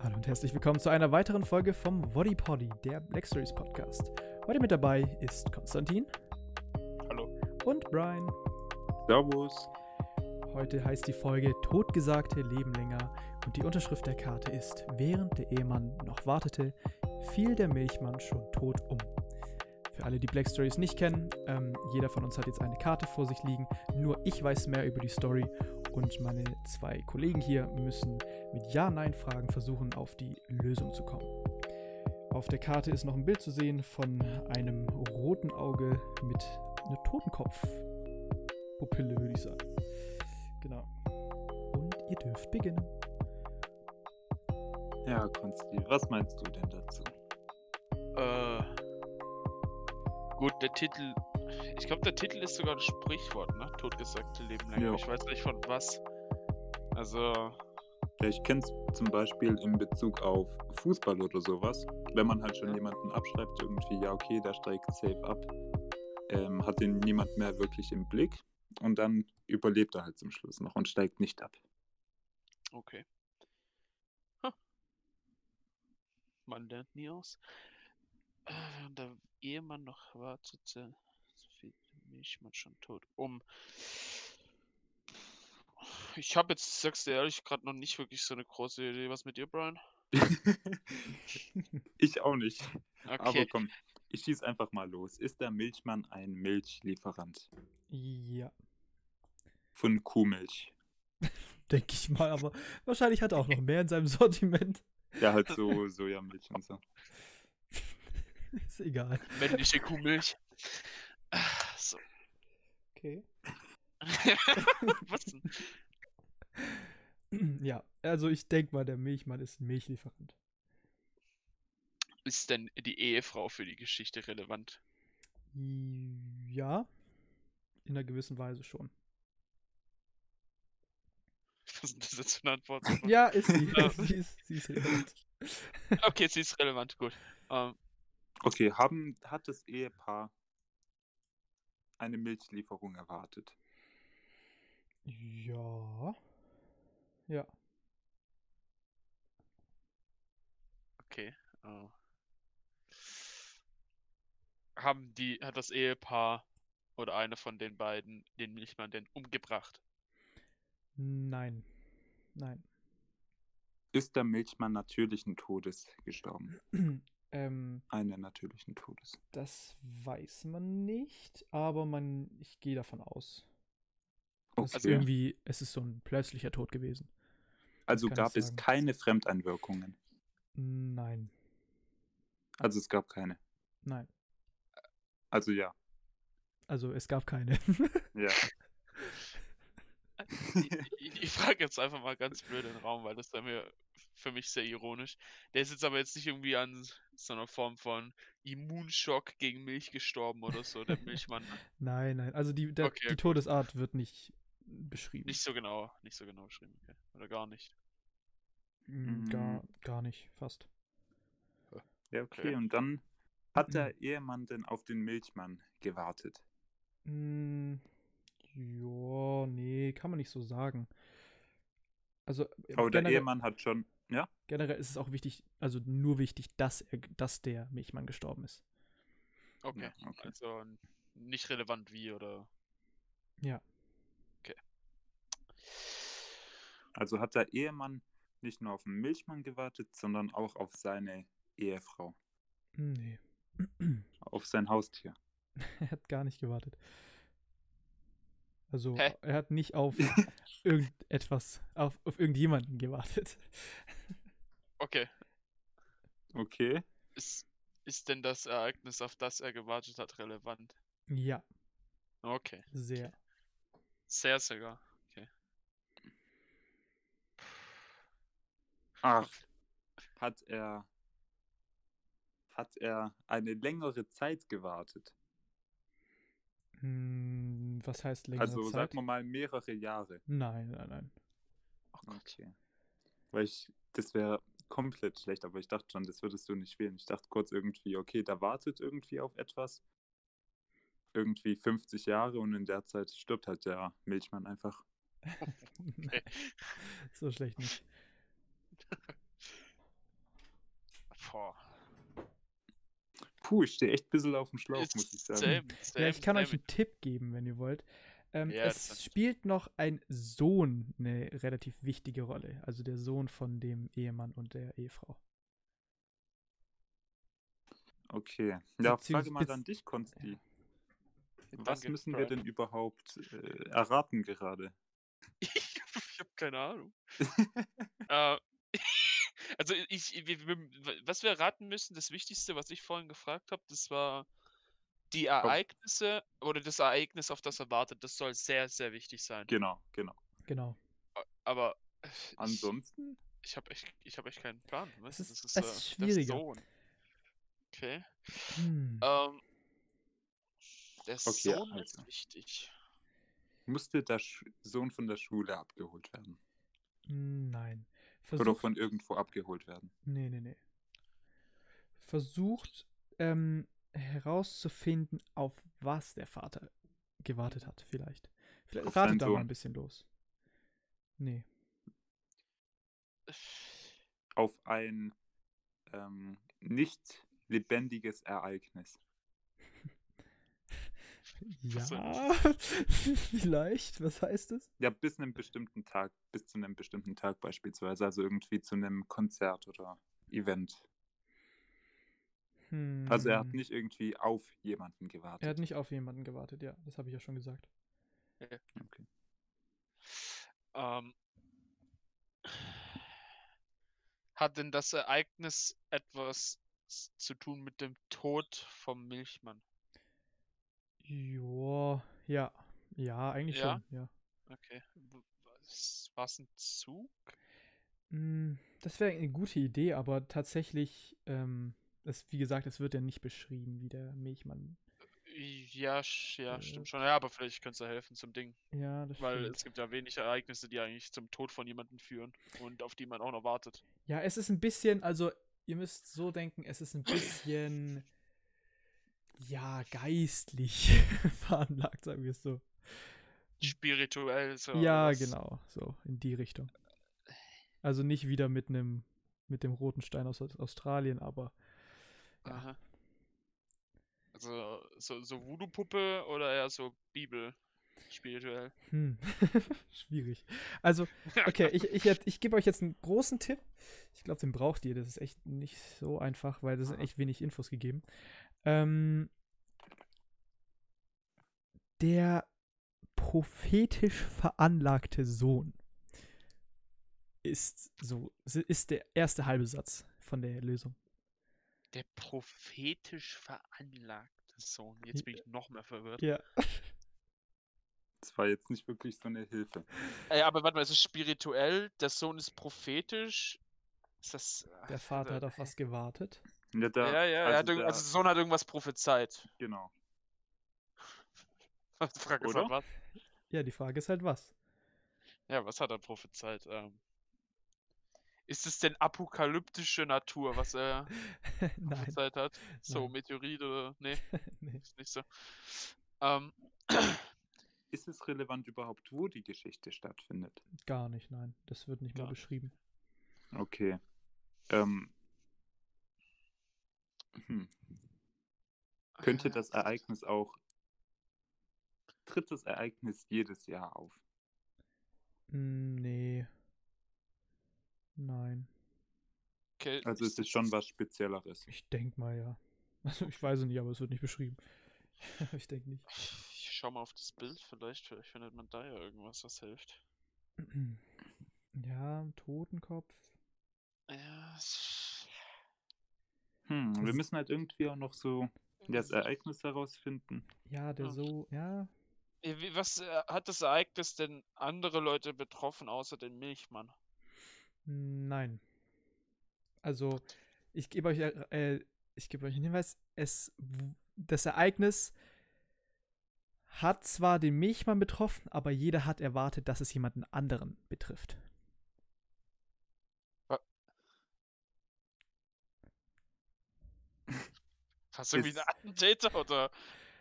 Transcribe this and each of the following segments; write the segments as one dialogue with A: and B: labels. A: Hallo und herzlich willkommen zu einer weiteren Folge vom Woddy Poddy, der Black Stories Podcast. Heute mit dabei ist Konstantin.
B: Hallo.
A: Und Brian.
B: Servus.
A: Heute heißt die Folge Totgesagte leben länger und die Unterschrift der Karte ist, während der Ehemann noch wartete, fiel der Milchmann schon tot um. Für alle, die Black Stories nicht kennen, ähm, jeder von uns hat jetzt eine Karte vor sich liegen, nur ich weiß mehr über die Story und meine zwei Kollegen hier müssen mit Ja-Nein-Fragen versuchen, auf die Lösung zu kommen. Auf der Karte ist noch ein Bild zu sehen von einem roten Auge mit einer Totenkopfpupille, würde ich sagen. Genau. Und ihr dürft beginnen.
C: Ja, Konsti, was meinst du denn dazu?
B: Äh, gut, der Titel. Ich glaube, der Titel ist sogar ein Sprichwort, ne? Totgesagte Leben lang.
C: Ja.
B: Ich weiß nicht von was. Also,
C: Ja, ich kenne es zum Beispiel in Bezug auf Fußball oder sowas. Wenn man halt schon
B: Mhm.
C: jemanden abschreibt, irgendwie, ja, okay, der steigt safe ab, ähm, hat den niemand mehr wirklich im Blick und dann überlebt er halt zum Schluss noch und steigt nicht ab.
B: okay. Huh. Man lernt nie aus. Äh, Während der Ehemann noch wartete, fiel der Milchmann schon tot um. Ich habe jetzt, sagst du ehrlich, gerade noch nicht wirklich so eine große Idee. Was mit dir, Brian?
C: ich auch nicht. Aber
B: Okay.
C: komm, ich schieß einfach mal los. Ist der Milchmann ein Milchlieferant
A: Ja,
C: von Kuhmilch?
A: denke ich mal, aber wahrscheinlich hat er auch noch mehr in seinem Sortiment.
C: Ja, halt so Sojamilch und so.
A: Ist egal.
B: Männliche Kuhmilch. Ah, So.
A: Okay.
B: Was denn?
A: Ja, also ich denke mal, der Milchmann ist ein Milchlieferant.
B: Ist denn die Ehefrau für die Geschichte relevant?
A: Ja, in einer gewissen Weise schon.
B: Was ist denn das jetzt für eine Antwort?
A: Ja, ist sie.
B: Ja.
A: sie, ist, sie ist relevant.
B: Okay, sie ist relevant, gut. Ähm,
C: Okay, haben, hat das Ehepaar eine Milchlieferung erwartet?
A: Ja. Ja.
B: okay. äh. Haben die, hat das Ehepaar oder einer von den beiden den Milchmann denn umgebracht?
A: Nein. Nein.
C: Ist der Milchmann natürlichen Todes gestorben?
A: ähm,
C: Einen natürlichen Todes.
A: das weiß man nicht, aber man, ich gehe davon aus.
C: Oh,
A: Es ist
B: Also
C: Okay.
A: irgendwie, es ist so ein plötzlicher Tod gewesen.
C: Also
A: kann
C: gab
A: ich
C: es
A: sagen.
C: keine Fremdeinwirkungen.
A: Nein.
C: Also es gab keine.
A: Nein.
C: Also ja.
A: Also es gab keine.
C: Ja.
B: Äh, Ich, ich, ich frage jetzt einfach mal ganz blöd in den Raum, weil das wäre mir für mich sehr ironisch. Der ist jetzt aber jetzt nicht irgendwie an so einer Form von Immunschock gegen Milch gestorben oder so, der Milchmann.
A: Nein, nein. Also die, der,
B: Okay,
A: die
B: okay.
A: Todesart wird nicht beschrieben.
B: Nicht so genau, nicht so genau beschrieben, okay. Oder gar nicht.
A: Mm, Gar, gar nicht, fast.
B: Okay.
C: Ja, okay. Und dann hat der Ehemann denn auf den Milchmann gewartet?
A: Mm, ja, nee, kann man nicht so sagen. Also äh,
C: Aber der
A: generell,
C: Ehemann hat schon. Ja?
A: generell ist es auch wichtig, also nur wichtig, dass er, dass der Milchmann gestorben ist.
B: Okay.
C: Ja, okay.
B: Also n- nicht relevant wie oder.
A: Ja.
B: Okay.
C: Also hat der Ehemann nicht nur auf den Milchmann gewartet, sondern auch auf seine Ehefrau.
A: Hm, Nee,
C: Auf sein Haustier.
A: er hat gar nicht gewartet. Also,
B: Hä?
A: er hat nicht auf irgendetwas, auf, auf irgendjemanden gewartet.
B: Okay.
C: Okay.
B: Ist, ist denn das Ereignis, auf das er gewartet hat, relevant?
A: Ja,
B: Okay.
A: sehr.
B: Sehr sogar.
C: Ach. Hat er. Hat er eine längere Zeit gewartet?
A: Hm, was heißt längere
C: also
A: Zeit?
C: sagen wir mal mehrere Jahre.
A: Nein, nein, nein.
B: Oh Gott.
C: Okay. Weil ich, das wäre komplett schlecht, aber ich dachte schon, das würdest du nicht wählen. Ich dachte kurz irgendwie, okay, da wartet irgendwie auf etwas. Irgendwie 50 Jahre und in der Zeit stirbt halt der Milchmann einfach.
A: Nein, so schlecht nicht.
C: Puh, ich stehe echt ein bisschen auf dem Schlauch,
B: Ist
C: muss ich sagen.
B: Same, same,
A: ja, ich kann
B: same.
A: euch einen Tipp geben, wenn ihr wollt. Ähm,
B: Ja, das
A: es
B: ist-
A: spielt noch ein Sohn eine relativ wichtige Rolle. Also der Sohn von dem Ehemann und der Ehefrau.
C: Okay. Ja,
A: Beziehungs-
C: frage mal
A: bez-
C: an dich, Konsti. Was
B: Danke,
C: müssen wir
B: Brian.
C: denn überhaupt äh, erraten gerade?
B: Ich, ich habe keine Ahnung. äh, also ich, ich- wir, wir, was wir raten müssen, das Wichtigste, was ich vorhin gefragt habe, das war die
A: Oh.
B: Ereignisse oder das Ereignis, auf das er wartet. Das soll sehr, sehr wichtig sein.
C: Genau, genau.
A: Genau.
B: Aber äh, ich,
C: Ansonsten?
B: ich habe echt, ich hab echt keinen Plan. Was?
A: ist- es ist
B: äh, der
A: schwieriger.
B: Sohn. Okay.
A: Hm.
B: Ähm, der
C: Okay,
B: Sohn
C: also.
B: ist wichtig.
C: Musste der Sch Sohn von der Schule abgeholt werden?
A: hm, Nein.
C: Oder
A: Versucht-
C: von irgendwo abgeholt werden?
A: Nee, nee, nee. Versucht ähm, herauszufinden, auf was der Vater gewartet hat, vielleicht. Vielleicht
C: Auf seinen
A: ratet da mal
C: Sohn.
A: ein bisschen los. Nee.
C: Auf ein ähm, nicht lebendiges Ereignis.
A: Ja,
B: Was
A: vielleicht. Was heißt es?
C: Ja, bis einem bestimmten Tag, bis zu einem bestimmten Tag beispielsweise, also irgendwie zu einem Konzert oder Event. Also er hat
A: Hm.
C: nicht irgendwie auf jemanden gewartet.
A: Er hat nicht auf jemanden gewartet, ja. Das habe ich ja schon gesagt.
C: okay.
B: Ähm, hat denn das Ereignis etwas s- zu tun mit dem Tod vom Milchmann?
A: Joa, ja. Ja, eigentlich
B: Ja?
A: schon, ja.
B: Okay. War es ein Zug?
A: Hm, Das wäre eine gute Idee, aber tatsächlich, ähm, das, wie gesagt, es wird ja nicht beschrieben, wie der Milchmann.
B: Ja, sch- ja,
A: Äh, Hm.
B: stimmt schon. Ja, aber vielleicht kannst du helfen zum Ding.
A: Ja, das
B: Weil
A: stimmt.
B: es gibt ja wenig Ereignisse, die eigentlich zum Tod von jemandem führen und auf die man auch noch wartet.
A: Ja, es ist ein bisschen, also ihr müsst so denken, es ist ein bisschen, ja, geistlich veranlagt, sagen wir es so.
B: Spirituell. So, oder
A: Hm. ja,
B: was?
A: genau, so in die Richtung. Also nicht wieder mit einem, mit dem roten Stein aus Aus- Australien, aber Ja.
B: Aha. Also so, so Voodoo-Puppe oder eher so Bibel spirituell.
A: hm, schwierig. Also, okay, ich, ich, hätt- ich gebe euch jetzt einen großen Tipp. Ich glaube, den braucht ihr. Das ist echt nicht so einfach, weil das sind
C: Aha.
A: echt wenig Infos gegeben. Ähm, der prophetisch veranlagte Sohn ist so ist der erste halbe Satz von der Lösung.
B: Der prophetisch veranlagte Sohn. Jetzt bin ich noch mehr verwirrt.
A: Ja.
C: Das war jetzt nicht wirklich so eine Hilfe.
B: Äh, aber warte mal, es ist spirituell, der Sohn ist prophetisch. Ist das. ach,
A: Der Vater hat
B: also-
A: auf was gewartet.
C: Ja, da,
B: Ja, ja, er hat,
C: also,
B: irg-
C: da,
B: also der Sohn hat irgendwas prophezeit.
C: genau.
B: Frage ist
C: Oder?
B: halt was?
A: Ja, die Frage ist halt was.
B: Ja, was hat er prophezeit? Ähm, ist es denn apokalyptische Natur, was er
A: Nein.
B: prophezeit hat? So,
A: Nein.
B: Meteorite, nee.
A: Nee.
B: Ist nicht so. Ähm,
C: Ist es relevant überhaupt, wo die Geschichte stattfindet?
A: Gar nicht, nein. Das wird nicht mal
B: Gar nicht.
A: beschrieben.
C: Okay. Ähm. Hm. Könnte
B: äh,
C: das Ereignis auch. Tritt das Ereignis jedes Jahr auf?
A: Mm, Nee. Nein.
B: Okay,
C: Also
B: ist
C: es ist
B: das-
C: schon was Spezielleres.
A: Ich denke mal ja. Also ich weiß es nicht, aber es wird nicht beschrieben. ich denke nicht.
B: Ich schau mal auf das Bild, vielleicht, vielleicht findet man da ja irgendwas, was hilft.
A: Ja, Totenkopf.
B: Ja, es-
C: Hm, wir
A: Das-
C: müssen halt irgendwie auch noch so das Ereignis herausfinden.
A: Ja, der
B: Ah.
A: so. Ja.
B: Ja, wie- Was äh, hat das Ereignis denn andere Leute betroffen, außer den Milchmann?
A: Nein. Also, ich gebe euch, äh, ich gebe euch einen Hinweis. Es, w- das Ereignis hat zwar den Milchmann betroffen, aber jeder hat erwartet, dass es jemanden anderen betrifft.
B: Hast du irgendwie
C: Ist-
B: einen Attentäter oder?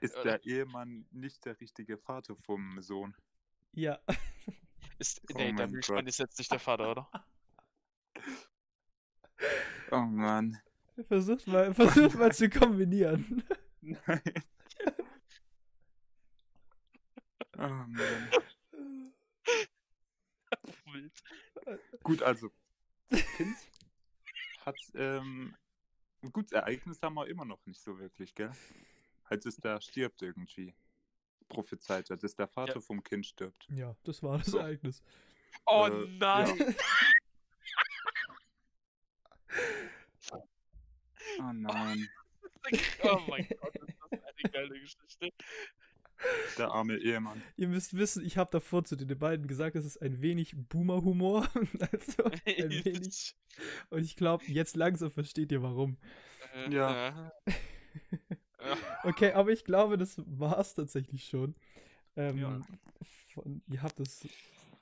C: Ist
B: Oder-
C: der Ehemann nicht der richtige Vater vom Sohn?
A: Ja.
B: Ist,
C: Oh
B: nee, der
C: mein
B: Milchmann
C: Gott.
B: ist jetzt nicht der Vater, oder?
C: Oh Mann.
A: Versuch mal, versuch mal zu kombinieren.
C: Nein. oh, Mann.
B: Wild.
C: Gut, also, Pins hat, ähm, ein gutes Ereignis haben wir immer noch nicht so wirklich, gell? Als es da stirbt irgendwie. Prophezeit hat, dass der Vater vom Kind stirbt.
A: Ja, das war das
C: So.
A: Ereignis.
B: Oh
C: Äh,
B: nein!
C: Oh nein,
B: Oh mein Gott, ist das eine geile Geschichte.
C: der arme Ehemann.
A: Ihr müsst wissen, ich habe davor zu den beiden gesagt, es ist ein wenig Boomer-Humor. Also ein
B: äh,
A: wenig. Und ich glaube, jetzt langsam versteht ihr warum.
B: Äh,
C: Ja.
B: äh. Ja.
A: Okay, aber ich glaube, das war's tatsächlich schon. Ähm,
C: Ja.
A: von, ihr habt es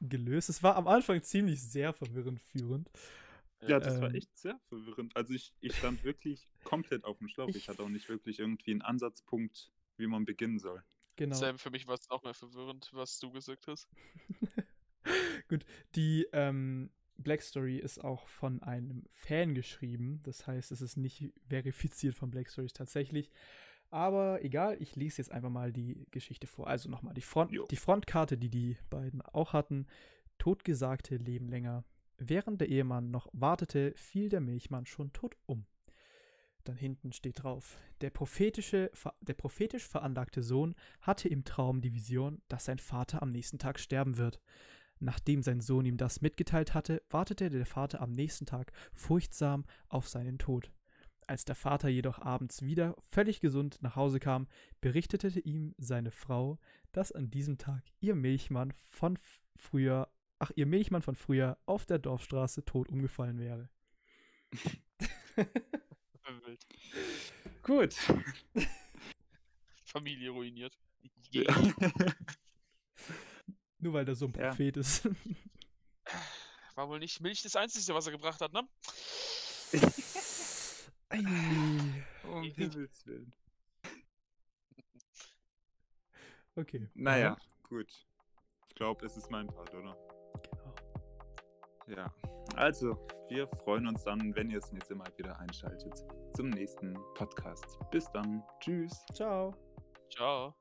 A: gelöst. Es war am Anfang ziemlich sehr verwirrend führend.
C: Ja, das war
A: Ähm.
C: echt sehr verwirrend. Also ich, ich stand wirklich komplett auf dem Schlauch.
A: Ich-
C: Ich hatte auch nicht wirklich irgendwie einen Ansatzpunkt, wie man beginnen soll.
A: Genau.
B: Sam, für mich war es noch mehr verwirrend, was du gesagt hast.
A: Gut, die ähm, Black Story ist auch von einem Fan geschrieben. Das heißt, es ist nicht verifiziert von Black Stories tatsächlich. Aber egal, ich lese jetzt einfach mal die Geschichte vor. Also nochmal die, Front,
C: Jo.
A: die Frontkarte, die die beiden auch hatten. Totgesagte leben länger. Während der Ehemann noch wartete, fiel der Milchmann schon tot um. Dann hinten steht drauf, der, prophetische, ver- der prophetisch veranlagte Sohn hatte im Traum die Vision, dass sein Vater am nächsten Tag sterben wird. Nachdem sein Sohn ihm das mitgeteilt hatte, wartete der Vater am nächsten Tag furchtsam auf seinen Tod. Als der Vater jedoch abends wieder völlig gesund nach Hause kam, berichtete ihm seine Frau, dass an diesem Tag ihr Milchmann von f- früher, ach ihr Milchmann von früher auf der Dorfstraße tot umgefallen wäre.
B: Wild.
C: Gut.
B: Familie ruiniert.
A: Nur weil der so ein
C: Ja.
A: Prophet ist.
B: War wohl nicht Milch das Einzige, was er gebracht hat, ne?
A: Ei.
C: um Himmels Willen.
A: okay.
C: Naja, gut. Ich glaube, es ist mein Part, oder?
A: Genau.
C: Ja, also wir freuen uns dann, wenn ihr das nächste Mal wieder einschaltet zum nächsten Podcast. Bis dann. Tschüss.
A: Ciao.
B: Ciao.